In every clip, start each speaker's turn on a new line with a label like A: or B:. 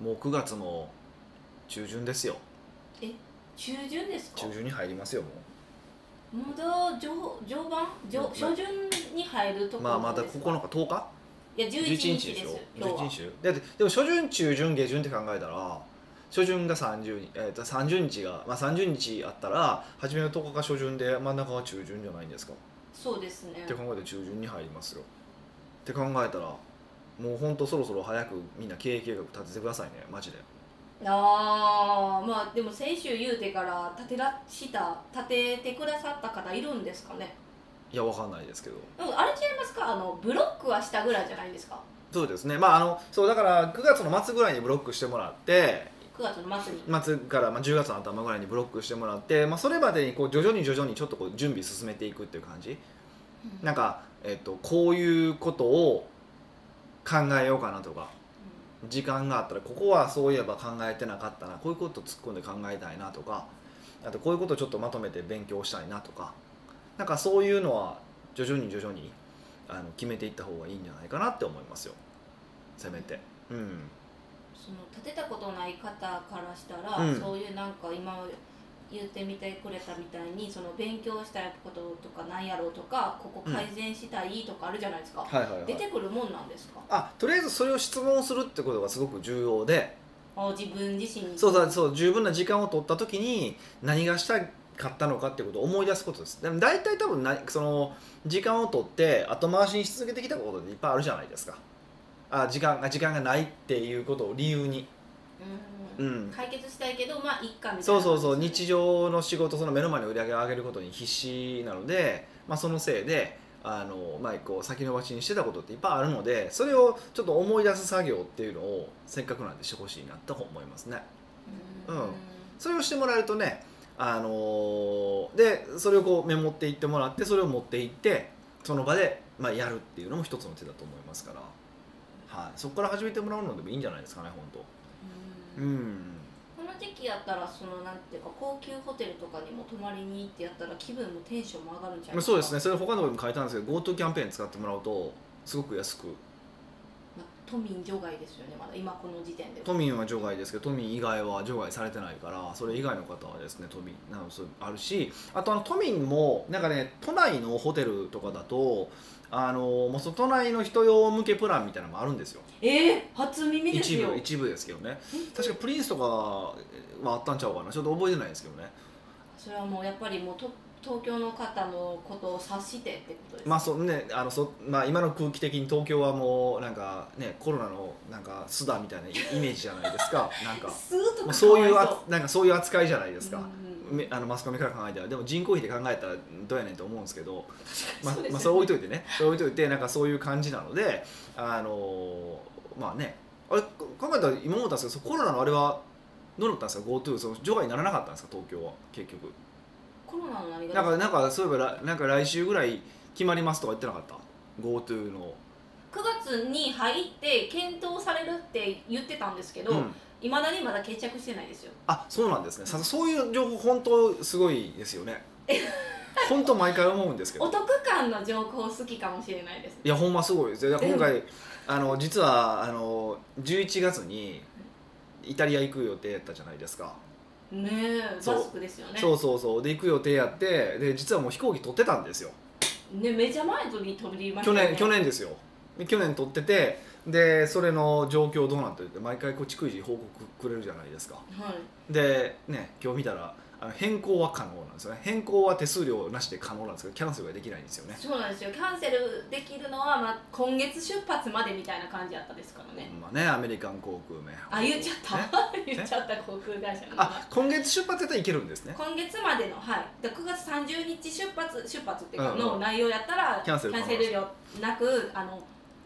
A: もう9月も中旬ですよ
B: 中旬ですか
A: 中旬に入りますよも
B: まだ上上盤上
A: まあ
B: 初旬に入ると
A: う
B: こ
A: まあま
B: ろ
A: た
B: ですか、
A: 9日10日
B: いや11日です今日
A: 11
B: は
A: 日だってでも初旬中旬下旬って考えたら初旬が30日、えー、と30日が、まあ、30日あったら初めの10日が初旬で真ん中は中旬じゃないんですか、
B: そうですね
A: って考えたら中旬に入りますよって考えたらもうほんとそろそろ早くみんな経営計画立ててくださいねマジで
B: ああまあでも先週言うてから立てらした立ててくださった方いるんですかね
A: いやわかんないですけど
B: でもあれ違いますかあのブロックはしたぐらいじゃないですか
A: そうですねまああのそうだから9月の末ぐらいにブロックしてもらって
B: 9月の末に
A: 末から、まあ、10月の頭ぐらいにブロックしてもらって、まあ、それまでにこう徐々に徐々にちょっとこう準備進めていくっていう感じなんか、えっと、こういうことを考えようかなとか時間があったらここはそういえば考えてなかったなこういうこと突っ込んで考えたいなとかあとこういうことをちょっとまとめて勉強したいなとかなんかそういうのは徐々に徐々にあの決めていった方がいいんじゃないかなって思いますよせめて。うん
B: その立てたことない方からしたら、
A: うん
B: そういうなんか今言ってみてくれたみたいにその勉強したいこととかなんやろうとかここ改善したいとかあるじゃないですか、
A: はいはいはい
B: 出てくるもんなんですか
A: あとりあえずそれを質問するってことがすごく重要で
B: あ自分自身に
A: そうだそう十分な時間を取った時に何がしたかったのかってことを思い出すことですでも大体多分なその時間を取って後回しにし続けてきたことっていっぱいあるじゃないですかあ時間あ時間がないっていうことを理由に、
B: う
A: うんん、
B: 解決したいけどまあ一家みたいな
A: そうそうそう日常の仕事その目の前の売り上げを上げることに必死なので、まあ、そのせいであの、まあ、こう先延ばしにしてたことっていっぱいあるのでそれをちょっと思い出す作業っていうのをせっかくなんでしてほしいなと思いますね。
B: うん、
A: うんそれをしてもらえるとね、あのーでそれをこうメモっていってもらってそれを持っていってその場で、まあ、やるっていうのも一つの手だと思いますから、はい、そこから始めてもらうのでもいいんじゃないですかね本当
B: う
A: うんん
B: この時期やったらそのなんていうか高級ホテルとかにも泊まりに行ってやったら気分もテンションも上がるんじゃない
A: まあそうで
B: ですか
A: すねそれ他のとこにも書いたんですけど GoTo キャンペーン使ってもらうとすごく安く
B: まあ都民除外ですよねまだ今この時点では
A: 都民は除外ですけど都民以外は除外されてないからそれ以外の方はですね都民なのそうあるしあとあの都民もなんかね都内のホテルとかだとあのもうその都内の人用向けプランみたいなのもあるんですよ
B: えー、初耳です
A: 一
B: よ
A: 部一部ですけどね確かプリンスとかはあったんちゃうかなちょっと覚えてないですけどね
B: それはもうやっぱりもうと東京の方のことを察してってことですか
A: まあそうねあのそ、まあ、今の空気的に東京はもうなんかねコロナのなんか巣だみたいなイメージじゃないですかなんか
B: スーッと
A: も
B: か
A: うそういう
B: かわ
A: あなんかそういう扱いじゃないですか、
B: うんうん
A: めあのマスコミから考えたらでも人口比で考えたらどうやねんと思うんですけど、まあ
B: そうですね
A: まあ、それ置いといてねそれ置いといてなんかそういう感じなのであのーまあねあれこ考えたら今思ったんですけどそコロナのあれはどうなったんですか GoTo その除外にならなかったんですか東京は結局
B: コロナの何が
A: なんかなんかそういえばらなんか来週ぐらい決まりますとか言ってなかった GoTo の、
B: 9月に入って検討されるって言ってたんですけど
A: うん
B: いま、未だにまだ決着してないですよ
A: あそうなんですねさそういう情報本当すごいですよ ね本当毎回思うんですけど
B: お得感の情報好きかもしれないです
A: いやほんますごいですよだから今
B: う
A: 回あの実はあの11月にイタリア行く予定やったじゃないですか、
B: ねえ
A: そう
B: バスクですよね
A: そうそうそうで行く予定やってで実はもう飛行機取ってたんですよ
B: ねめちゃ前に飛びまし
A: 去
B: たよね
A: 年去年ですよで去年取っててでそれの状況どうなってるって毎回こう逐一報告くれるじゃないですか
B: はい
A: でね今日見たらあの変更は可能なんですよね変更は手数料なしで可能なんですけどキャンセルができないんですよね
B: そうなんですよキャンセルできるのは、まあ、今月出発までみたいな感じやったですからね
A: まあねアメリカン航空名
B: あ言っちゃった、
A: ね
B: 言っちゃった航空会社の名前
A: あ今月出発やったらいけるんですね
B: 今月までのはいで9月30日出発出発っていうか
A: うんうん
B: の内容やったら、
A: キャンセル可能
B: 料なくあの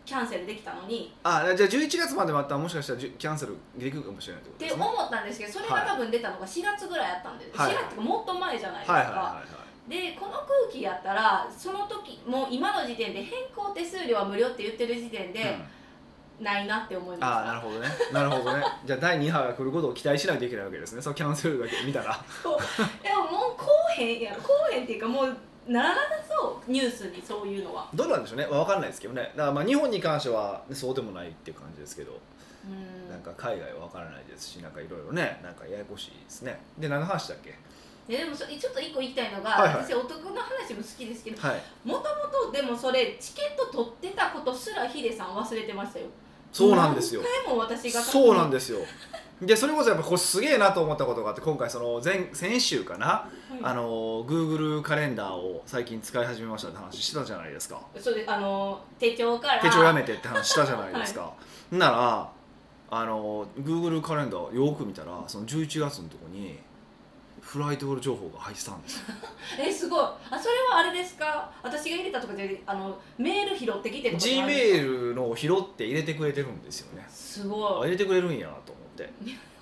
B: キャンセルできたのに
A: あじゃあ11月まで待ったらもしかしたらじゅキャンセルできるかもしれないってこ
B: っ
A: とです
B: て思
A: ね
B: ったんですけどそれが多分出たのが4月ぐらいやったんです、
A: はい
B: 4月とかもっと前じゃないですか、
A: はいはいはいはい
B: でこの空気やったらその時もう今の時点で変更手数料は無料って言ってる時点で、
A: うん
B: ないなって思いま
A: ああな
B: し
A: るほどねなるほどねじゃあ第2波が来ることを期待しないといけないわけですねそのキャンセルだけ見たら
B: たでももうこうへんやんこうへんっていうかもうならなさそうニュースにそういうのは
A: どうなんでしょうね、まあ、分かんないですけどねだからまあ日本に関してはねそうでもないっていう感じですけど
B: うん
A: なんか海外は分からないですしなんかいろいろねなんかややこしいですねで何の話だっけ
B: えでもそちょっと一個言いたいのが、
A: はいはい
B: 私お得の話も好きですけど
A: はい
B: もともとでもそれチケット取ってたことすらヒデさん忘れてましたよ
A: そうなんですよ
B: 何回も私が
A: そうなん
B: で
A: ですよでそれこそやっぱこれすげえなと思ったことがあって今回その前先週かな
B: す、はい
A: あの Google カレンダーを最近使い始めましたって話してたじゃないですか
B: そうですあの手帳から
A: 手帳やめてって話したじゃないですか、ならあの Google カレンダーよく見たらその11月のとこにフライト情報が入ってたんですよ
B: えすごいあそれはあれですか私が入れたとかじゃなくてあのメール拾ってきてとかじ
A: G
B: ゃない
A: メ
B: ですか
A: ールのを拾って入れてくれてるんですよね
B: す
A: あ
B: ご
A: 入れてくれるんやなと思って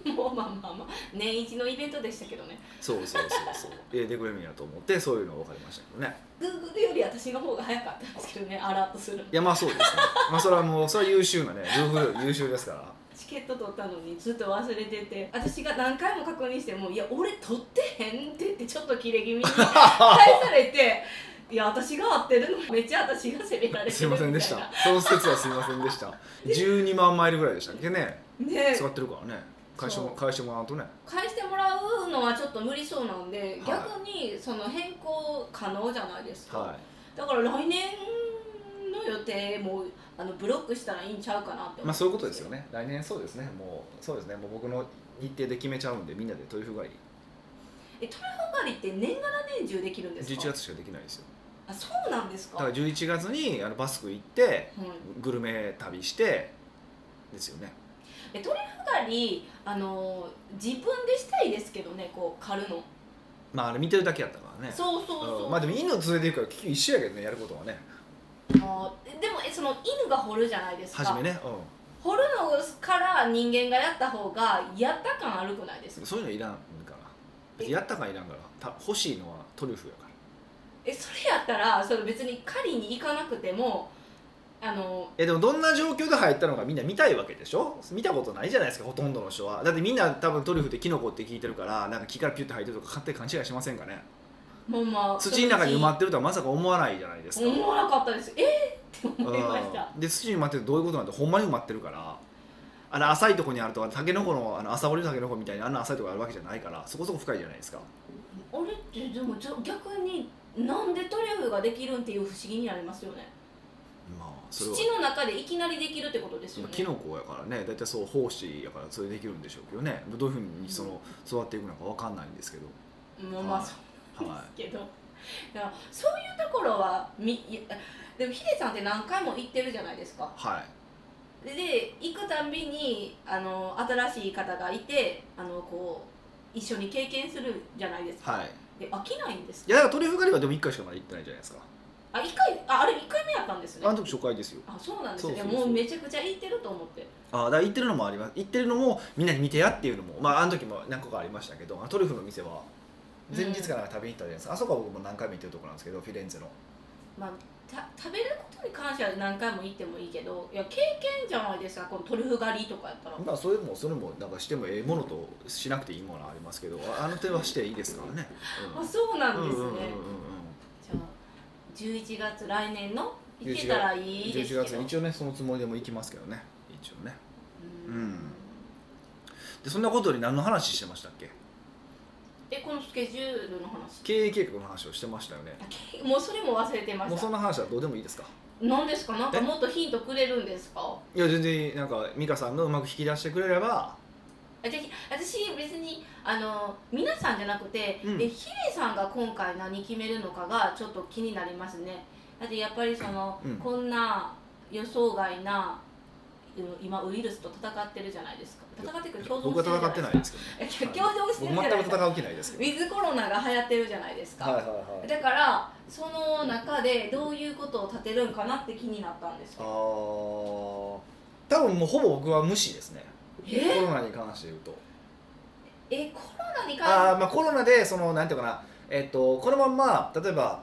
B: いもうまあまあまあ年一のイベントでしたけどね
A: そうそうそう そう入れてくれるんやと思ってそういうのが分かりましたけどね
B: Google より私の方が早かったんですけどねアラートするの
A: いやまあそうですねまあそれはもうそれは優秀なね Google より優秀ですから
B: チケット取ったのにずっと忘れてて私が何回も確認しても「いや俺取ってへん」って言ってちょっとキレ気 味に返されて「いや私が合ってるのにめっちゃ私が責められてる」
A: すいませんでし
B: み
A: たその説はすいませんでした12万マイルぐらいでしたっけね
B: たいなね
A: 使ってるからね返しても
B: そう
A: 返してもらうとね
B: 返してもらうのはちょっと無理そうなんで、
A: はい
B: 逆にその変更可能じゃないですか、
A: は
B: だから来年の予定もあのブロックしたらいいんちゃうかなって思
A: いまあそういうことですよね来年そうですねもうそうですねもう僕の日程で決めちゃうんでみんなでトリュフ狩り
B: えトラフ狩りって年がら年中できるんですか
A: 11月しかできないですよ
B: あそうなんです
A: だ
B: か
A: から11月にあのバスク行って
B: うん
A: グルメ旅してですよね
B: えトリュフ狩りあの自分でしたいですけどねこう狩るの
A: まああれ見てるだけやったからね
B: そうそうそう、
A: うんまあでも犬連れて行くから結局一緒やけどねやることはね
B: あーでもえその犬が掘るじゃないです
A: 初
B: か
A: めね、
B: 掘るのから人間がやった方がやった感あるくないです
A: うん、
B: か
A: そういうのいらんから別にやったかいらんからた欲しいのはトリュフやから
B: えそれやったらそれ別に狩りに行かなくてもあの
A: えでもどんな状況で入ったのかみんな見たいわけでしょ見たことないじゃないですかほとんどの人はだってみんな多分トリュフってキノコって聞いてるからなんか木からピュッて入ってるとか勝手に勘違いしませんかね
B: まあまあ
A: 土の中に埋ま
B: っ
A: ってるとはまさか思わないじゃない ですか
B: 思わなかったですえー、って思いました
A: うんで土に埋まってるとどういうことなんてほんまに埋まってるからあの浅いとこにあるとかタケノコのあの朝掘りのタケノコみたいにあんな浅いとこあるわけじゃないからそこそこ深いじゃないですか
B: あれってでもじゃ逆になんでトリュフができるんっていう不思議になりますよね
A: まあそれは
B: 土の中でいきなりできるってことですよね
A: キノコやからね大体そう胞子やからそれできるんでしょうけどねどういうふうにその育っていくのかわかんないんですけど
B: まあまあ
A: はい
B: そうなん
A: は
B: ですけど、だからそういうところはみいやでもヒデさんって何回も行ってるじゃないですか
A: はい
B: でで行くたんびにあの新しい方がいてあのこう一緒に経験するじゃないですか、
A: はい
B: で飽きないんです
A: いやだからトリュフ狩りはでも1回しかまだ行ってないじゃないですか
B: あ一回ああれ1回目やったんですね
A: あの時初回ですよ
B: あそうなんですね
A: そうそうそう
B: もうめちゃくちゃ行ってると思って
A: ああだから行ってるのもあります行ってるのもみんなに見てやっていうのもまああの時も何個かありましたけどあのトリュフの店は前日かなんか食べに行ったじゃないですか、あそこは僕も何回も行ってるとこなんですけどフィレンツェの
B: まあた食べることに関しては何回も行ってもいいけどいや経験じゃないですかこのトリュフ狩りとかやったら
A: まあそれもそれもなんかしてもええものとしなくていいものはありますけどああの手はしていいですからね、
B: あそうな
A: うん
B: です
A: う
B: ね、
A: んうんうんうん
B: じゃあ11月来年の
A: 11
B: 行けたらいいですけ
A: 11
B: ど
A: 月に一応ねそのつもりでも行きますけどね一応ね
B: うん
A: うんでそんなことより何の話してましたっけ
B: でこのスケジュールの話
A: 経営計画の話をしてましたよね
B: あけもうそれも忘れてま
A: もう
B: し
A: そ
B: た
A: んな話はどうでもいいですか
B: 何ですかなんかもっとヒントくれるんですか
A: いや全然なんか美香さんがうまく引き出してくれれば
B: あじゃあ私別にあの皆さんじゃなくて、
A: うん
B: でヒデさんが今回何決めるのかがちょっと気になりますねだってやっぱりその、
A: うん
B: こんな予想外な今ウイルスと戦ってるじゃないですか戦ってくる共存
A: 僕は
B: してるじ
A: 戦
B: ゃ
A: って
B: な
A: ないいですけ
B: ですか
A: ど、
B: 共存してる
A: 僕
B: じゃ
A: 全
B: ないです
A: く
B: か
A: 戦う気ないです
B: ウ
A: けど
B: ィズコロナが流行ってるじゃないですか、
A: はいはいはい
B: だからその中でどういうことを立てるんかなって気になったんです
A: あ
B: け
A: ー
B: ど
A: 多分もうほぼ僕は無視ですねコ
B: え
A: ロナに関して言うと
B: えコロナに関
A: あーまあコロナでそのなんていうかなえっとこのまんま例えば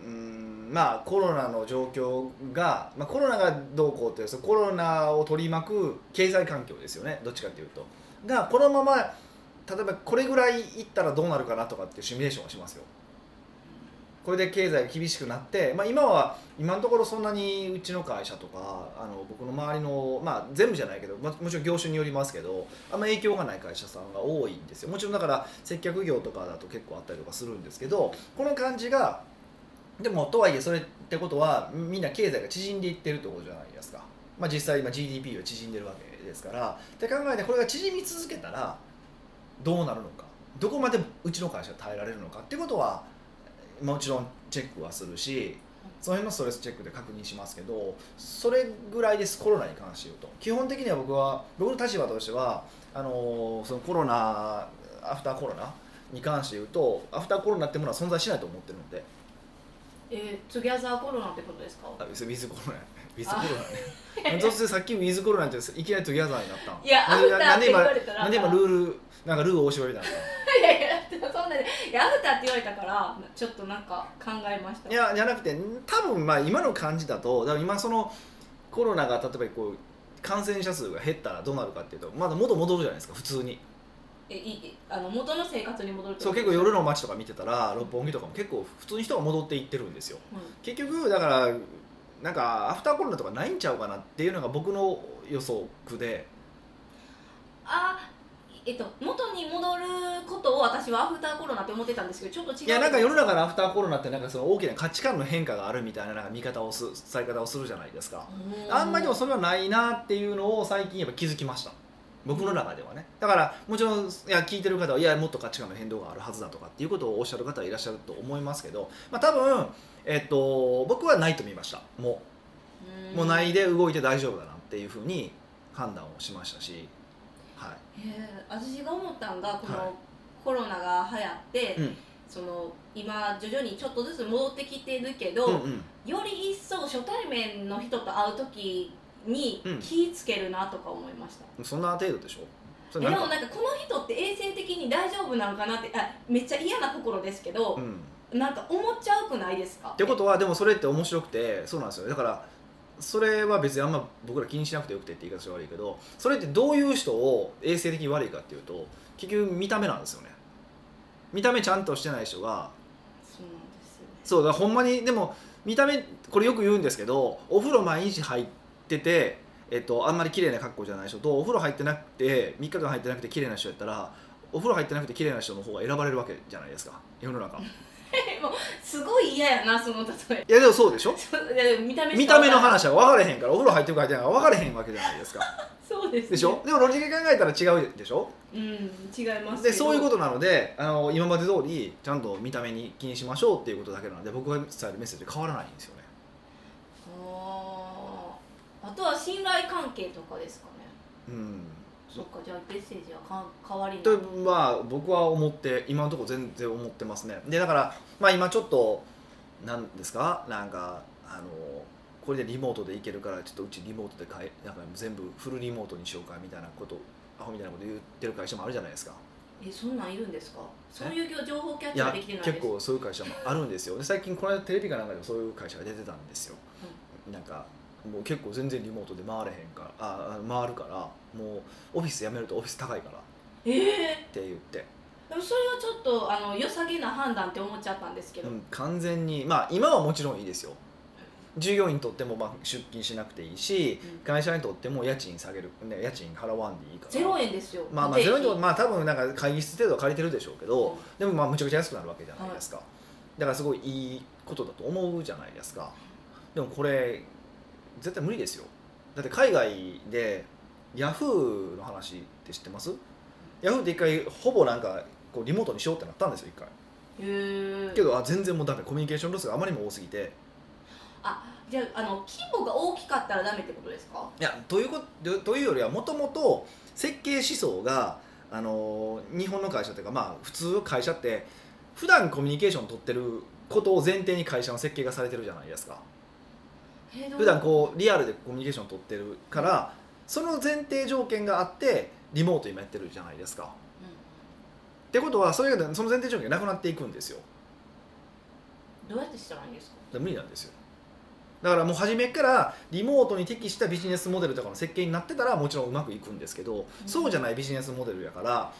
A: うーんまあコロナの状況が、まあ、コロナがどうこうっていうそのコロナを取り巻く経済環境ですよねどっちかっていうとがこのまま例えばこれぐらいいったらどうなるかなとかっていうシミュレーションはしますよこれで経済が厳しくなって、まあ、今は今のところそんなにうちの会社とかあの僕の周りの、まあ、全部じゃないけど、まあもちろん業種によりますけどあんま影響がない会社さんが多いんですよもちろんだから接客業とかだと結構あったりとかするんですけどこの感じがでもとはいえそれってことはみんな経済が縮んでいってるってことじゃないですか、まあ、実際今 GDP は縮んでるわけですからって考えてこれが縮み続けたらどうなるのかどこまでうちの会社は耐えられるのかってことはもちろんチェックはするしその辺のストレスチェックで確認しますけどそれぐらいですコロナに関して言うと基本的には僕は僕の立場としてはあのーそのコロナアフターコロナに関して言うとアフターコロナってものは存在しないと思ってるので
B: えー、トゥギャザーコロナってことですか
A: あウィズウィズコロナウィズコロナね そしてさっきウィズコロナっていきなりトゥギャザーになったの
B: いや、ア
A: な
B: フ
A: ん
B: タ
A: で
B: ー
A: な
B: っ
A: ん
B: て
A: で
B: 言
A: 今
B: われたら
A: なんで今ルールなんかルー大芝みたいない
B: やいやそんなでいやアフターって言われたからちょっとなんか考えました
A: いやじゃなくて多分まあ今の感じだとだから今そのコロナが例えばこう感染者数が減ったらどうなるかっていうとまだ元戻るじゃないですか普通に
B: えいいあの元の生活に戻るって
A: そ
B: こ
A: う
B: とで
A: 結
B: す
A: 構夜の街とか見てたら六本木とかも結構普通に人が戻っていってるんですよ
B: うん
A: 結局だからなんかアフターコロナとかないんちゃうかなっていうのが僕の予測で
B: あえっと元に戻ることを私はアフターコロナって思ってたんですけどちょっと違う
A: いやなんか世の中のアフターコロナってなんかその大きな価値観の変化があるみたいななんか見方をすされ方をするじゃないですか
B: う
A: あんまりでもそれはないなっていうのを最近やっぱ気づきました僕の中ではねだからもちろんいや聞いてる方はいやもっと価値観の変動があるはずだとかっていうことをおっしゃる方はいらっしゃると思いますけど、まあ、多分、えっと、僕はないと見ましたもうもうない
B: へ
A: いで動いて大丈夫だなっていうふうに判断をしましたし、は
B: え私が思ったんがこの、
A: はい
B: コロナが流行って、
A: うん
B: その今徐々にちょっとずつ戻ってきてるけど、
A: いうんうん、
B: より一層初対面の人と会う時に
A: うん
B: 気ぃつけるなとか思いました、
A: そんな程度でしょそ
B: で
A: なん
B: もなんかこの人って衛生的に大丈夫なのかなってあめっちゃ嫌な心ですけど
A: う、ん
B: なんか思っちゃうくないですか
A: ってことはでもそれって面白くてそうなんですよだからそれは別にあんま僕ら気にしなくてよくてって言い方が悪いけどそれってどういう人を衛生的に悪いかっていうと結局見た目なんですよね見た目ちゃんとしてない人が
B: そうなんですよね
A: そうだからほんまにでも見た目これよく言うんですけどお風呂毎日入ってて、えっと、あんまり綺麗な格好じゃない人とお風呂入ってなくて3日間入ってなくて綺麗な人やったらお風呂入ってなくて綺麗な人の方が選ばれるわけじゃないですか世の中い
B: すごい嫌やなその例え
A: やでもそうでしょ
B: そういや見た目し
A: 見
B: か
A: た目の
B: わからん
A: 話は分かれへんからお風呂入ってるか入ってないか分かれへんわけじゃないですか
B: そうですね、
A: でしょでも論理的に考えたら違うでしょ
B: うん違いますけ
A: で
B: ど
A: そういうことなのであの今まで通りちゃんと見た目に気にしましょうっていうことだけなので僕が伝えるメッセージは変わらないんですよね
B: あーあとは信頼関係とかですかね
A: うん
B: そっかじゃあメッセージはかん変わりない
A: とは僕は思って今のところ全然思ってますねでだからまあ今ちょっとなんですかなんかあのこれでリモートで行けるからちょっとうちリモートでかいなんか全部フルリモートにしようかみたいなことアホみたいなこと言ってる会社もあるじゃないですか
B: えそんなんいるんですかそういう情報キャッ
A: い
B: チは
A: や
B: できてないです
A: 結構そういう会社もあるんですよで最近この間テレビかなんかでもそういう会社が出てたんですよ、なんかもう結構全然リモートで回れへんからああ回るからもうオフィス辞めるとオフィス高いからっ
B: え
A: て言って、
B: ー、でもそれはちょっとあの良さげな判断って思っちゃったんですけ
A: う
B: ど、
A: ん、完全にまあ今はもちろんいいですよ従業員にとってもまあ出勤しなくていいし
B: うん
A: 会社にとっても家賃下げる、ね、家賃払わんでいいから
B: ゼロ円ですよ
A: まあまあ
B: 固定
A: ゼロ
B: 費
A: 円とかまあ多分なんか会議室程度は借りてるでしょうけど、でもまあむちゃくちゃ安くなるわけじゃないですか、だからすごいいいことだと思うじゃないですかでもこれ絶対無理ですよだって海外でヤフーの話って知ってますヤフーって一回ほぼなんかこうリモートにしようってなったんですよ一回
B: へー
A: けどあ全然もうダメコミュニケーションロスがあまりにも多すぎて
B: あじゃああの規模が大きかったらダメってことですか
A: いやということというよりはもともと設計思想があのー日本の会社というかまあ普通の会社って普段コミュニケーション取ってることを前提に会社の設計がされてるじゃないですか
B: えーどう
A: 普段こうリアルでコミュニケーション取ってるからその前提条件があってリモート今やってるじゃないですかってことはそれがその前提条件がなくなっていくんですよ
B: うん、どうやってしたらいいんですか
A: 無理なんですよだからもう初めからリモートに適したビジネスモデルとかの設計になってたらもちろんうまくいくんですけど、
B: うん
A: そうじゃないビジネスモデルやから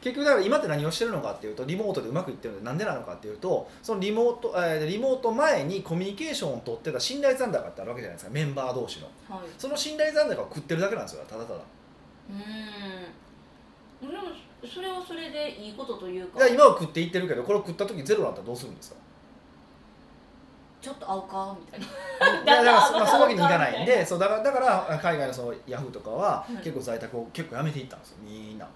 A: 結局だから今って何をしてるのかっていうとリモートでうまくいってるのでなんでなのかっていうとそのリモート、えーリモート前にコミュニケーションを取ってた信頼残高ってあるわけじゃないですかメンバー同士の
B: はい
A: その信頼残高を食ってるだけなんですよただただ
B: うーんでもそれはそれでいいことというか
A: だから今は食っていってるけどこれを食った時ゼロだったらどうするんですか
B: ちょっと合うかみたいな
A: だから
B: だから
A: まあ
B: また
A: そういうわけにいかないんでそうだからだから海外のそのヤフーとかは
B: うん
A: 結構在宅を結構やめていったんですよみんな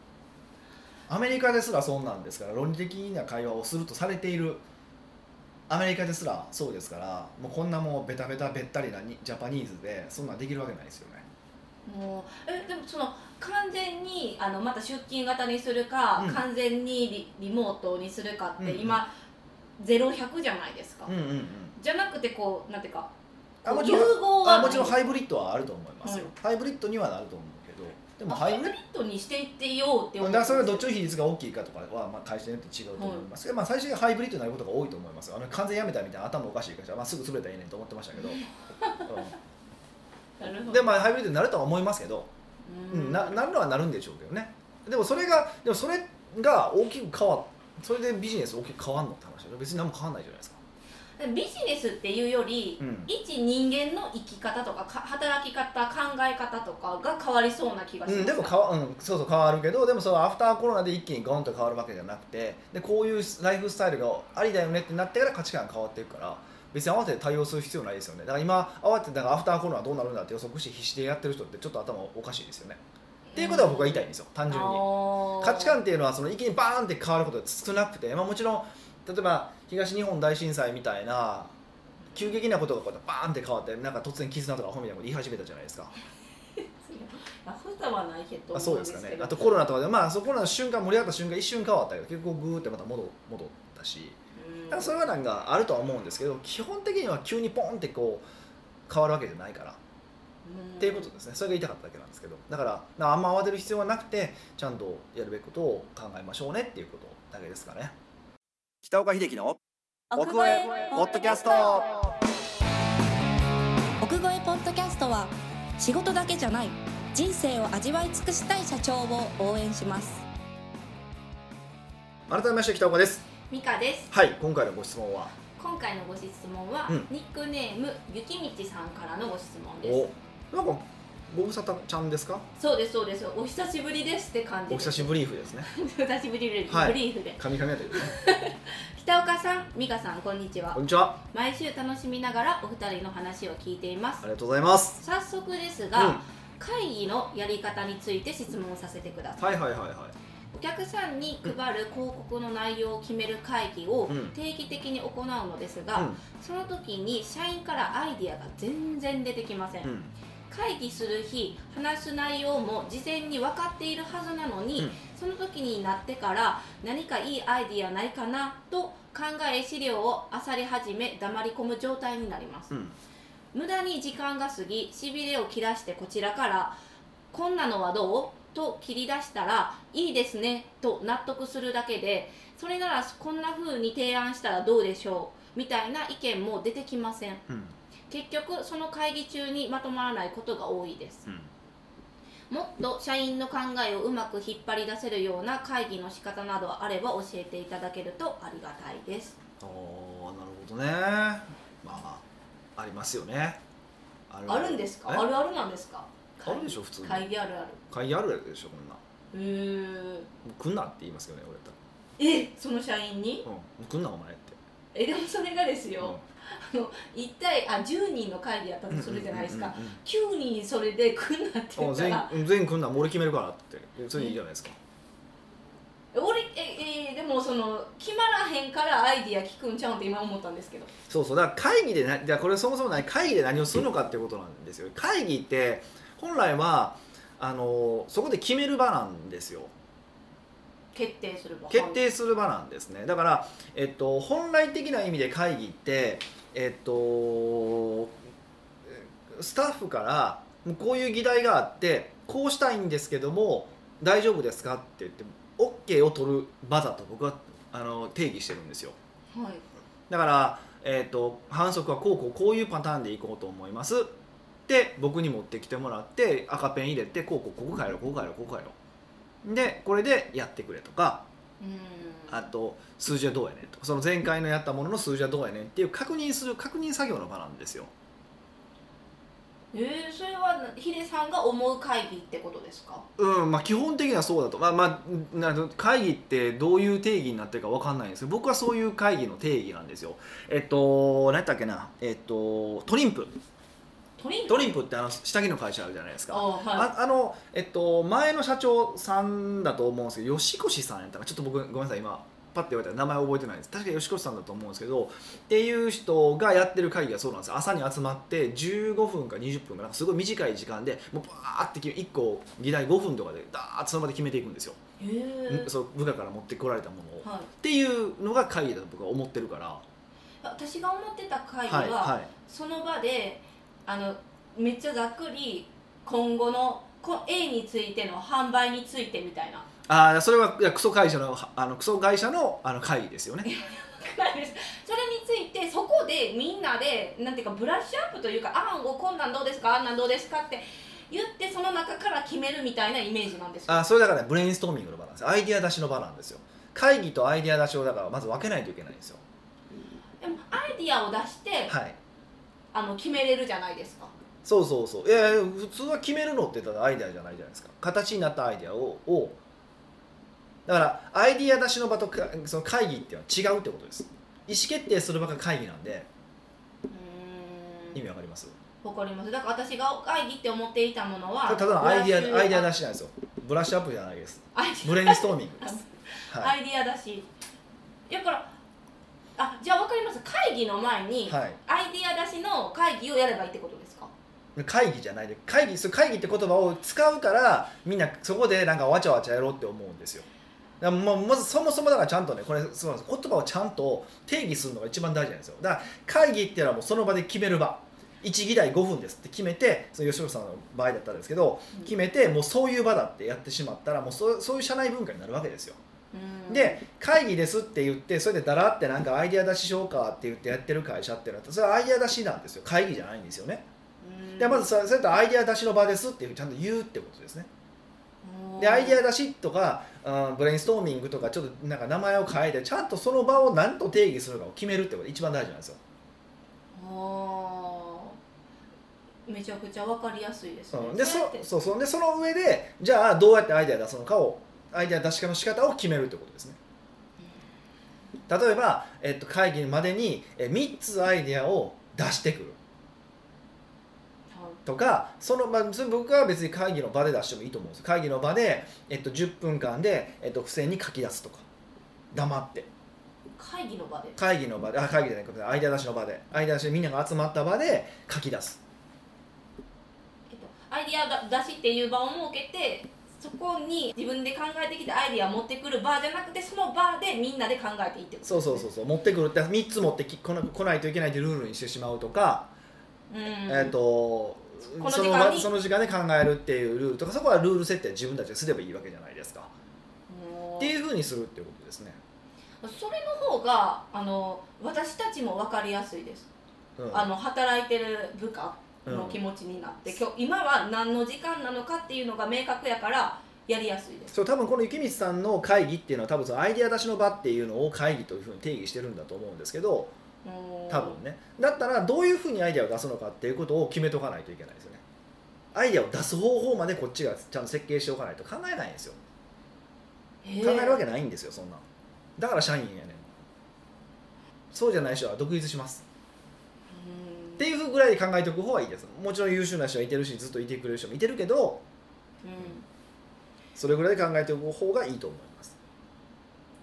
A: アメリカですらそんなんですから論理的な会話をするとされているアメリカですらそうですからもうこんなもうベタベタべったりなにジャパニーズでそんなんできるわけないですよね
B: もうえでもその完全にあのまた出勤型にするか、
A: うん
B: 完全にリリモートにするかっ
A: うん
B: て
A: うん
B: 今、ゼロ100じゃないですか、
A: うんうんうん
B: じゃなくてこうなんていうか
A: あ
B: こ
A: も
B: う
A: ちろん
B: 融合は
A: あもちろん
B: ハイ
A: ハイブリッドはあると思いますよ、
B: うん
A: ハイブリッドにはなると思うけどでもハイブ
B: ブ
A: リッド
B: リッドにしていってようって
A: だ
B: 思
A: からそれはどっ
B: ん
A: ちの比率が大きいかとかは、まあ、会社によって違うと思いますけど、まあ、最終的にハイブリッドになることが多いと思いますよあの完全やめたみたいな頭おかしい会社、まあ、すぐ潰れたらええねんと思ってま したけど、
B: なる
A: う
B: ほ
A: ん
B: ど
A: でまあハイブリッドになるとは思いますけど、
B: う
A: うんん、ななるのはなるんでしょうけどねでもそれがでもそれが大きく変わそれでビジネス大きく変わんのって話で別に何も変わんないじゃないですか、
B: ビジネスっていうより、
A: うん
B: 一人間の生き方とかか働き方考え方とかが変わりそうな気がします、
A: うん、でも変わ、うん、そうそう変わるけどでもそのアフターコロナで一気にゴンと変わるわけじゃなくてでこういうライフスタイルがありだよねってなってから価値観が変わっていくから別に慌てて対応する必要ないですよねだから今慌ててなんかアフターコロナどうなるんだって予測して必死でやってる人ってちょっと頭おかしいですよね、っていうことは僕は言いたいんですよ単純に価値観っていうのはその一気にバーンって変わることが少なくて、まあ、もちろん例えば東日本大震災みたいな急激なことがこうやってバーンって変わってなんか突然絆とかアホみたいなこと言い始めたじゃないですか
B: あそうではないけど
A: あそうですかねあと
B: ロ
A: コロナとかでまあそこらの瞬間盛り上がった瞬間一瞬変わったけど結構グーってまた戻戻ったしだからそれはなんかあるとは思うんですけど基本的には急にポンってこう変わるわけじゃないからっ
B: って
A: いうことですねそれが言いたかっただけなんですけどだからなあんま慌てる必要はなくてちゃんとやるべきことを考えましょうねっていうことだけですかね北岡秀樹の奥越えポッドキャスト
C: 奥越えポッドキャストは仕事だけじゃない人生を味わい尽くしたい社長を応援します
A: 改めまして北岡です
B: ミカです
A: はい今回のご質問は
B: 今回のご質問は、
A: うん
B: ニックネームゆきみちさんからのご質問です
A: おなんかご無沙汰ちゃんですか
B: そうですそうですお久しぶりですって感じ
A: お久しぶりーふですね
B: ぶり お久しぶりで
A: はい
B: ブリーフで
A: カミカミやったけどね
B: 北岡さん美香さんこんにちは
A: こんにちは
B: 毎週楽しみながらお二人の話を聞いていま
A: あ
B: す
A: りがとうございます
B: 早速です
A: うん
B: が、会議のやり方について質問させてください、
A: はいはいはいは
B: お客さんに配る広告の内容を決める会議を
A: うん
B: 定期的に行うのです
A: い。
B: が、その時に社員からアイディアが全然出てきません、
A: うん。うん。
B: 会議する日話す内容も事前に分かっているはずなの
A: う
B: に、
A: ん
B: その時になってから何かいいアイディアないかなと考え資料を漁り始め黙り込む状態になります
A: うん。
B: 無駄に時間が過ぎしびれを切らしてこちらから「こんなのはどう?」と切り出したら「いいですね」と納得するだけでそれならこんな風に提案したらどうでしょうみたいな意見も出てきません
A: うん。
B: 結局その会議中にまとまらないことが多いです
A: うん。
B: もっと社員の考えをうまく引っ張り出せるような会議の仕方などあれば教えていただけるとありがたいです
A: おお、なるほどね。まあまあ、ありますよね。あるえ
B: るあるなんですか
A: あるでしょ、普通に。
B: 議あるある
A: 会議あるでしょ、こんな。も
B: へー
A: う来んなって言いますよね、俺だっ
B: えその社員に
A: たら。うん。もう来んな、お前って。
B: えでもそれがです
A: うん
B: よ、一体あ10人の会議やったとするじゃないですか、
A: うんうんうんうん
B: 9人それで来んなって言
A: あ
B: うか
A: 全
B: ら
A: 員全員来んな、もう俺決めるからって。それいいじゃないですか。
B: 俺ええでもその決まらへんからアイディア聞くんちゃうんって今思ったんですけど
A: そうそうだから会議でなじゃあこれそもそも何会議で何をするのかってことなんですよ会議って本来はあのそこで決める場なんですよ
B: 決定する場合
A: 決定する場なんですねだから、えっと、本来的な意味で会議って、えっと、スタッフからこういう議題があってこうしたいんですけども大丈夫ですかって言って OK を取る場だと僕はあの定義してるんですよ
B: はい
A: だから、えっと反則はこうこうこういうパターンでいこうと思いますで僕に持ってきてもらって赤ペン入れてこうこうここ変えろここ変えろここ変えろでこれでやってくれとか
B: うん
A: あと数字はどうやねんとかその前回のやったものの数字はどうやねんっていう確認する確認作業の場なんですよ
B: えー、それはヒデさんが思う会議ってことですか
A: うんまあ、基本的にはそうだと、まあまあ、な会議ってどういう定義になってるかわかんないんですけど僕はそういう会議の定義なんですよえっと何だっけな、えっと、トリンプ
B: トリン
A: トリンプってあの下着の会社あるじゃないです
B: あ
A: かあ
B: はい
A: あの、えっと、前の社長さんだと思うんですけど吉越さんやったかちょっと僕ごめんなさい今パッて言われたら名前覚えてないです確か吉越さんだと思うんですけどっていう人がやってる会議がそうなんですよ朝に集まって15分か20分かなんかすごい短い時間でもうバーって1個議題5分とかでダーッとその場で決めていくんですよ、
B: へえ
A: そう部下から持ってこられたものを、っ
B: はい、
A: ていうのが会議だと僕は思ってるから
B: 私が思ってた会議は、
A: はいはい
B: その場であのめっちゃざっくり今後のこ A についての販売についてみたいな
A: ああそれはいやクソ会社のあのクソ会社のあの会議ですよね
B: それについてそこでみんなでなんていうかブラッシュアップというか「あんこんなんどうですかあんなんどうですか」って言ってその中から決めるみたいなイメージなんですよ
A: あそれだから、ね、ブレインストーミングの場なんですよアイディア出しの場なんですよ会議とアイディア出しをだからまず分けないといけないんですよ
B: でもアイディアを出して
A: はい
B: あの決めれるじゃないですか
A: そうそうそういやいや普通は決めるのってだってアイディアじゃないじゃないですか形になったアイディアををだからアイディア出しの場とかその会議っていうのは違うってことです意思決定する場が会議なんで
B: う
A: 意
B: ーん
A: 味わかります
B: わかりますだから私が会議って思っていたものは
A: ただのアイデ
B: ブラ
A: ィア
B: ッシュ
A: アイディア出しなんですよブラッシュアップじゃないです
B: アイディア
A: ブレインストーミングです、は
B: ア
A: い
B: イディアだし、だからあじゃあ分かります会議の前に、
A: はい、
B: アイディア出しの会議をやればいいってことですか
A: 会議じゃないで会議そう会議って言葉を使うからみんなそこでなんかわちゃわちゃやろうって思うんですよだからまあまずそもそもだからちゃんとねこれそうなんです言葉をちゃんと定義するのが一番大事なんですよだから会議っていうのはもうその場で決める場1議題5分ですって決めてその吉野さんの場合だったんですけど決めてもうそういう場だってやってしまったらもうそうそういう社内文化になるわけですよ
B: うん
A: で会議ですって言ってそれでだらってなんかアイデア出ししようかって言ってやってる会社っていうのはそれはアイデア出しなんですよ会議じゃないんですよね
B: うん
A: でまずそれそれとアイデア出しの場ですっていうちゃんと言うってことですね
B: うん
A: でアイデア出しとか、うん、ブレインストーミングとかちょっとなんか名前を変えてちゃんとその場を何と定義するかを決めるってことが一番大事なんですよ、
B: あーめちゃくちゃ分かりやすいですね、
A: うん、でそ
B: そうやって
A: そうそうでその上でじゃあどうやってアイデア出すのかをアイデア出し方の仕方を決めるってことですね例えば、えっと、会議までにえ3つアイデアを出してくる
B: はい
A: とかその、まあ、それ僕は別に会議の場で出してもいいと思うんですよ会議の場で、えっと、10分間で、えっと、付箋に書き出すとか黙って
B: 会議の場で
A: 会議の場であ会議じゃないごめんなさいアイデア出しの場でアイデア出しでみんなが集まった場で書き出す
B: えっと、アイディアだ出しっていう場を設けてそこに自分で考えてきたアイディアを持ってくる場じゃなくてその場でみんなで考えていいってこと
A: そうそうそうそう持ってくるって3つ持ってきこな来ないといけないってルールにしてしまうとか、
B: うん、
A: えっ、と
B: この
A: その
B: 時間
A: 場
B: に
A: その時間で考えるっていうルールとかそこはルール設定自分たちですればいいわけじゃないですか
B: うん
A: っていうふうにするっていうことですね、
B: それの方があの私たちも分かりやすいです、
A: うん
B: あの働いてる部下の気
A: うん
B: 持ちになって、今日今は何の時間なのかっていうのが明確やからやりやすいです
A: そう多分この雪光さんの会議っていうのは多分そのアイデア出しの場っていうのを会議というふうに定義してるんだと思うんですけど
B: うん
A: 多分ねだったらどういうふうにアイデアを出すのかっていうことを決めとかないといけないですよねアイデアを出す方法までこっちがちゃんと設計しておかないと考えないんですよ
B: へえ
A: 考えるわけないんですよそんなんだから社員やねんそうじゃない人は独立します
B: うん
A: っていうぐらいで考えておく方がいいですもちろん優秀な人はいてるしずっといてくれる人もいてるけど
B: うん
A: それぐらいで考えておく方がいいと思います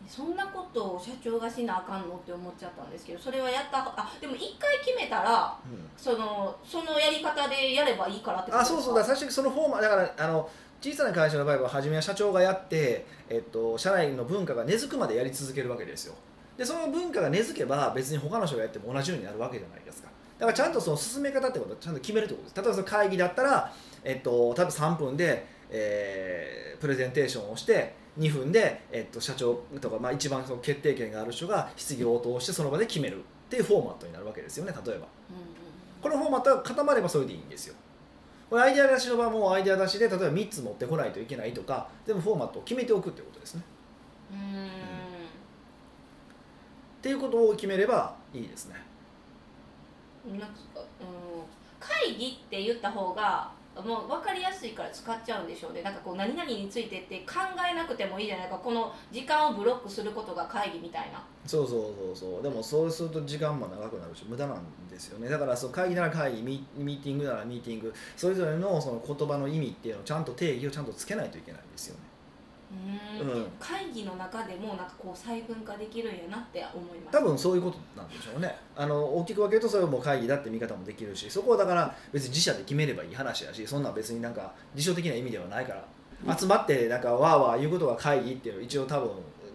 B: そんなことを社長がしなあかんのって思っちゃったんですけどそれはやったあでも一回決めたら
A: うん
B: そのそのやり方でやればいいからってこと
A: あ
B: ですか
A: そうそうだ最初にそのフォーマだからあの小さな会社の場合は初めは社長がやって、えっと、社内の文化が根付くまでやり続けるわけですよでその文化が根付けば別に他の人がやっても同じようになるわけじゃないですかだからちゃんとその進め方ってことをちゃんと決めるってことです例えばその会議だったら、えっと、多分3分で、えープレゼンテーションをして2分で、えっと、社長とか、まあ、一番その決定権がある人が質疑応答をしてその場で決めるっていうフォーマットになるわけですよね例えば
B: うんうん
A: このフォーマットが固まればそれでいいんですよこれアイデア出しの場合もアイデア出しで例えば3つ持ってこないといけないとか全部フォーマットを決めておくってことですね
B: うーん
A: っていうことを決めればいいですね
B: なんか、うん、会議って言った方がもう分かりやすいから使っちゃうんでしょうねなんかこう何々についてって考えなくてもいいじゃないかこの時間をブロックすることが会議みたいな
A: そうそうそうそうでもそうすると時間も長くなるし無駄なんですよねだからそう会議なら会議ミミーティングならミーティングそれぞれのその言葉の意味っていうのをちゃんと定義をちゃんとつけないといけないんですよね
B: うーん
A: うん
B: 会議の中でもなんかこう細分化できるんやなって思います
A: 多分そういうことなんでしょうねあの大きく分けるとそれはもう会議だって見方もできるしそこをだから別に自社で決めればいい話やしそんなん別になんか辞書的な意味ではないから集まってなんかわーわー言うことが会議っていう一応多分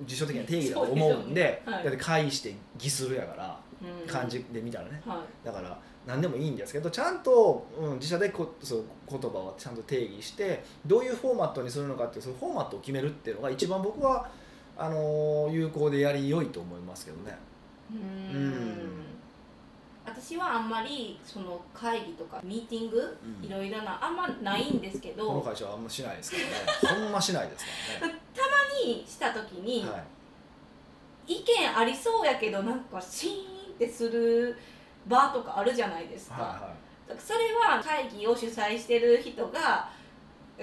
A: 辞書的な定義だと思うんで
B: そうですよねはい
A: だって会議して偽するやから
B: うん
A: 感じで見たらね
B: は
A: だから何でもいいんですけどちゃんと、うん、自社でこそう言葉をちゃんと定義してどういうフォーマットにするのかっていうそのフォーマットを決めるっていうのが一番僕はあのー有効でやり良いと思いますけどね。
B: いうーん
A: うん
B: 私はあんまりその会議とかミーティング
A: うん
B: いろいろなあんまないんですけど、
A: この会社はあんましないですからねほんましないですからね
B: にした時に、
A: はい
B: 意見ありそうやけどなんかシーンってする場とかあるじゃないですか,、
A: は
B: それは会議を主催してる人が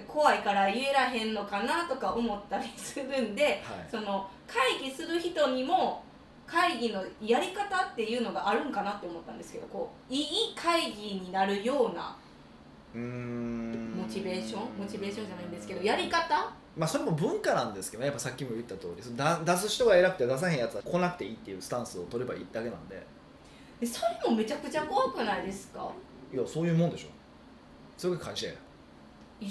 B: 怖いから言えらへんのかなとか思ったりするん
A: い
B: で
A: はいはい
B: その会議する人にも会議のやり方っていうのがあるんかなって思ったんですけどこういい会議になるような
A: うーん
B: モチベーションモチベーションじゃないんですけどやり方
A: まあそれも文化なんですけどねやっぱさっきも言った通りそのだ出す人が偉くて出さへんやつは来なくていいっていうスタンスを取ればいいだけなんで
B: でそれもめちゃくちゃ怖くないですか
A: いやそういうもんでしょそれが会社や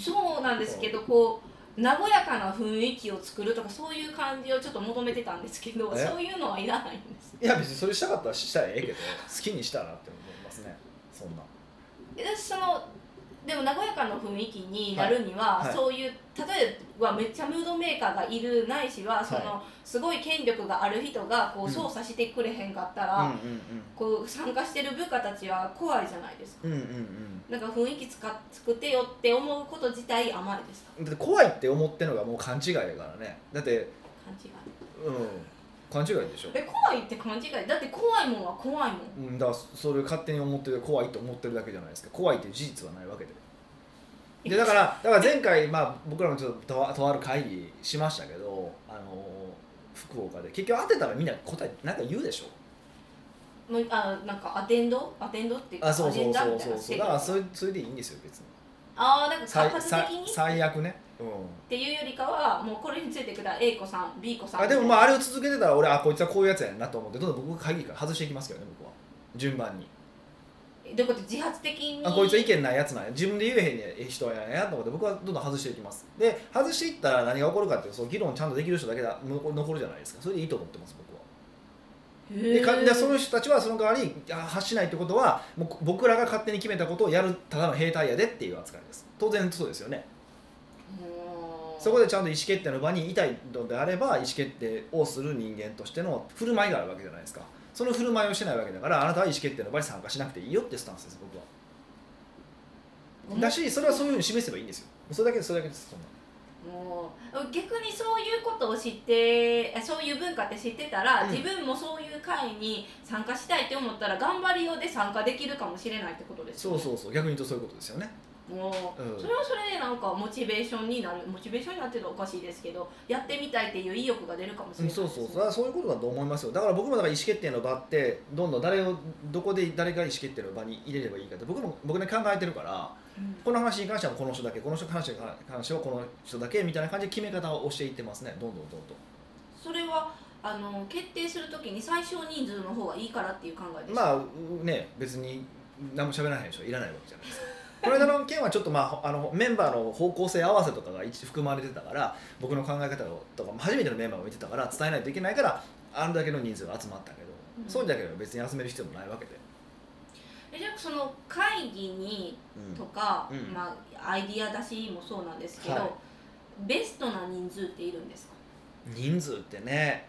B: そうなんですけどこう和やかな雰囲気を作るとかそういう感じをちょっと求めてたんですけど
A: え
B: そういうのはいらないんです
A: いや別にそれしたかったらしたらええけど好きにしたらって思いますねそんな
B: でそのでも和やかな雰囲気になるには、
A: はいはい
B: そういう例えばめっちゃムードメーカーがいるないしはその、
A: は
B: すごい権力がある人がこ
A: う
B: うん操作してくれへんかったら、こう参加してる部下たちは怖いじゃないですか。
A: うんうんうんうんうん
B: なんか雰囲気つか作ってよって思うこと自体甘いですか
A: だって怖いって思ってるのがもう勘違いだからねだって
B: 勘違い
A: うん勘違いでしょ
B: え怖いって勘違いだって怖いもんは怖いもん
A: うん、だからそれを勝手に思ってる怖いと思ってるだけじゃないですか怖いっていう事実はないわけででだからだから前回、まあ、僕らもちょっととあとある会議しましたけど、あの福岡で結局当てたらみんな答えなんか言うでしょ
B: もうあなんかアテンドアテンドっていうか
A: あそうそう
B: アジ
A: そ
B: ェン
A: う
B: ダ
A: そうそ
B: みたいうな
A: だか
B: の
A: ら
B: して
A: それそれでいいんですよ別に
B: ああなんか
A: 最
B: 活
A: 最
B: 発的に
A: 最悪ね、うん、
B: っていうよりかはもうこれについてくだ A 子さん B 子さん
A: あでもまああれを続けてたら俺あこいつはこういうやつやなと思ってどんどん僕会議から外していきますけどね僕は順番に
B: どういうこと自発的に
A: あこいつは意見ないやつなんや自分で言えへん人やなと思って僕はどんどん外していきますで外していったら何が起こるかっていうその議論ちゃんとできる人だけだ残残るじゃないですかそれでいいと思ってます僕はでか
B: へー
A: でその人たちはその代わりあ発しないってことはもう僕らが勝手に決めたことをやるただの兵隊やでっていう扱いです当然そうですよね
B: うーん
A: そこでちゃんと意思決定の場にいたいのであれば意思決定をする人間としての振る舞いがあるわけじゃないですかその振る舞いをしてないわけだからあなたは意思決定の場に参加しなくていいよってスタンスです僕は
B: ごめん
A: だしそれはそういうふうに示せばいいんですよそれだけですそれだけですそんな
B: もう逆にそういうことを知ってあそういう文化って知ってたら、
A: うん
B: 自分もそういう会に参加したいって思ったら頑張りようで参加できるかもしれないってことです
A: そうそうそう逆に言うとそういうことですよね
B: もう、
A: うん
B: それはそれでなんかモチベーションになるモチベーションになってるのはおかしいですけどやってみたいっていう意欲が出るかもしれない
A: そうそうそうだか
B: う
A: らそういうことだと思いますよだから僕もだから意思決定の場ってどんどん誰をどこで誰が意思決定の場に入れればいいかって僕も僕ね考えてるから
B: ん
A: この話に関してはこの人だけこの人に関しては関してはこの人だけみたいな感じで決め方をしていってますねどんどんどんどん
B: それはあの決定するときに最小人数の方がいいからっていう考えですか、
A: まあうね別に何も喋らないでしょいらないわけじゃないですかこの間の件はちょっと、まあ、あのメンバーの方向性合わせとかが一含まれてたから僕の考え方をとか初めてのメンバーを見てたから伝えないといけないからあれだけの人数が集まったけど、
B: うん
A: そうだけど別に集める必要もないわけで、
B: えじゃあその会議に
A: うん
B: とか、
A: うん
B: まあ、アイディア出しもそうなんですけど、
A: はい
B: ベストな人数っているんですか
A: 人数ってね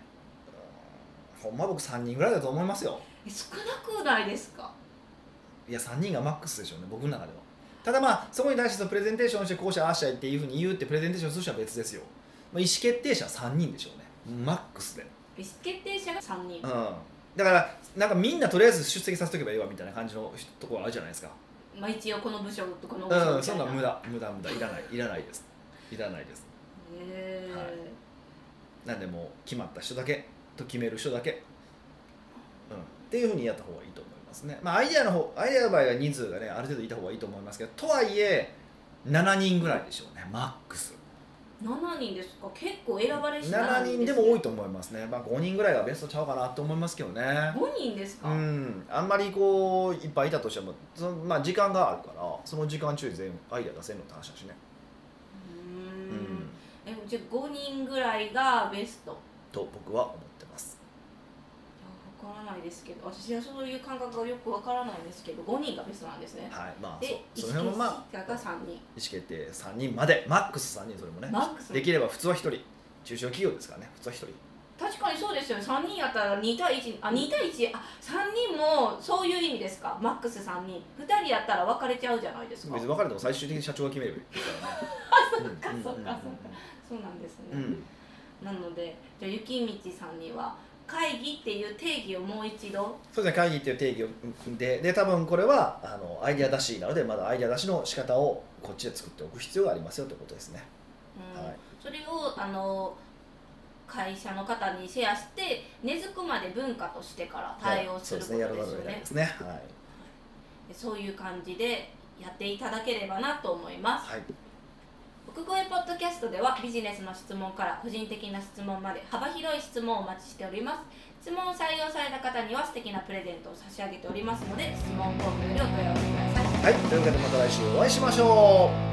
A: うんほんま僕3人ぐらいだと思いますよ
B: え少なくないですか
A: いや3人がマックスでしょうね僕の中ではただまあそこに対してそのプレゼンテーションしてこうしたああしたいっていうふうに言うってプレゼンテーションする人は別ですよ、まあ、意思決定者3人でしょうねマックスで、
B: 意思決定者が3人
A: うん、だからなんかみんなとりあえず出席させとけばいいわみたいな感じのところあるじゃないですか
B: まあ一応この部署とこの部署みたいな
A: うんそんなん無駄無駄無駄いらないいらないですいらないです
B: へー
A: はいなんでもう決まった人だけと決める人だけ、うん、っていうふうにやった方がいいと思いますね、まあ、アイデアの方アイデアの場合は人数がねある程度いた方がいいと思いますけどとはいえ7人ぐらいでしょうねマックス
B: 7人ですか結構選ばれし
A: 7人でも多い
B: と
A: と思いますね、まあ、5人ぐらいがベストちゃうかなと思いますけどね
B: 5人ですか、
A: うん、あんまりこういっぱいいたとしてもその、まあ、時間があるからその時間中に全員アイデア出せるのって話だしね、
B: う
A: うん
B: ーんえじゃあ5人ぐらいがベスト
A: と僕は思ってます
B: いやわからないですけど私はそういう感覚がよくわからないんですけど5人がベストなんですね
A: はいまあ
B: で
A: そう
B: 一
A: その辺もまあ
B: 決定者が3人
A: 意思決定3人までマックス3人それもね
B: マックス
A: できれば普通は1人中小企業ですからね普通は1人
B: 確かにそうですよね3人やったら2対1あ2対1あ3人もそういう意味ですかマックス3人2人やったら別れちゃうじゃないですか
A: 別に別れても最終的に社長が決めればいいからね
B: そっかそっかそっかそうなんですね、
A: うんうんうんうん
B: なのでじゃあ雪道さんには会議っていう定義をもう一度
A: そうですね会議っていう定義をうんでで多分これはあのアイデア出しなのでまだアイデア出しの仕方をこっちで作っておく必要がありますよってことですね、
B: うん
A: はい
B: それをあの会社の方にシェアして根付くまで文化としてから対応することです
A: ね
B: よ
A: やらざるを得ない
B: ね
A: ですねはい、
B: でそういう感じでやっていただければなと思います
A: はい、
B: 奥越ポッドキャストではビジネスの質問から個人的な質問まで幅広い質問をお待ちしております質問を採用された方には素敵なプレゼントを差し上げておりますので質問フォームよりお問い合わせください
A: はい、というわけでまた来週お会いしましょう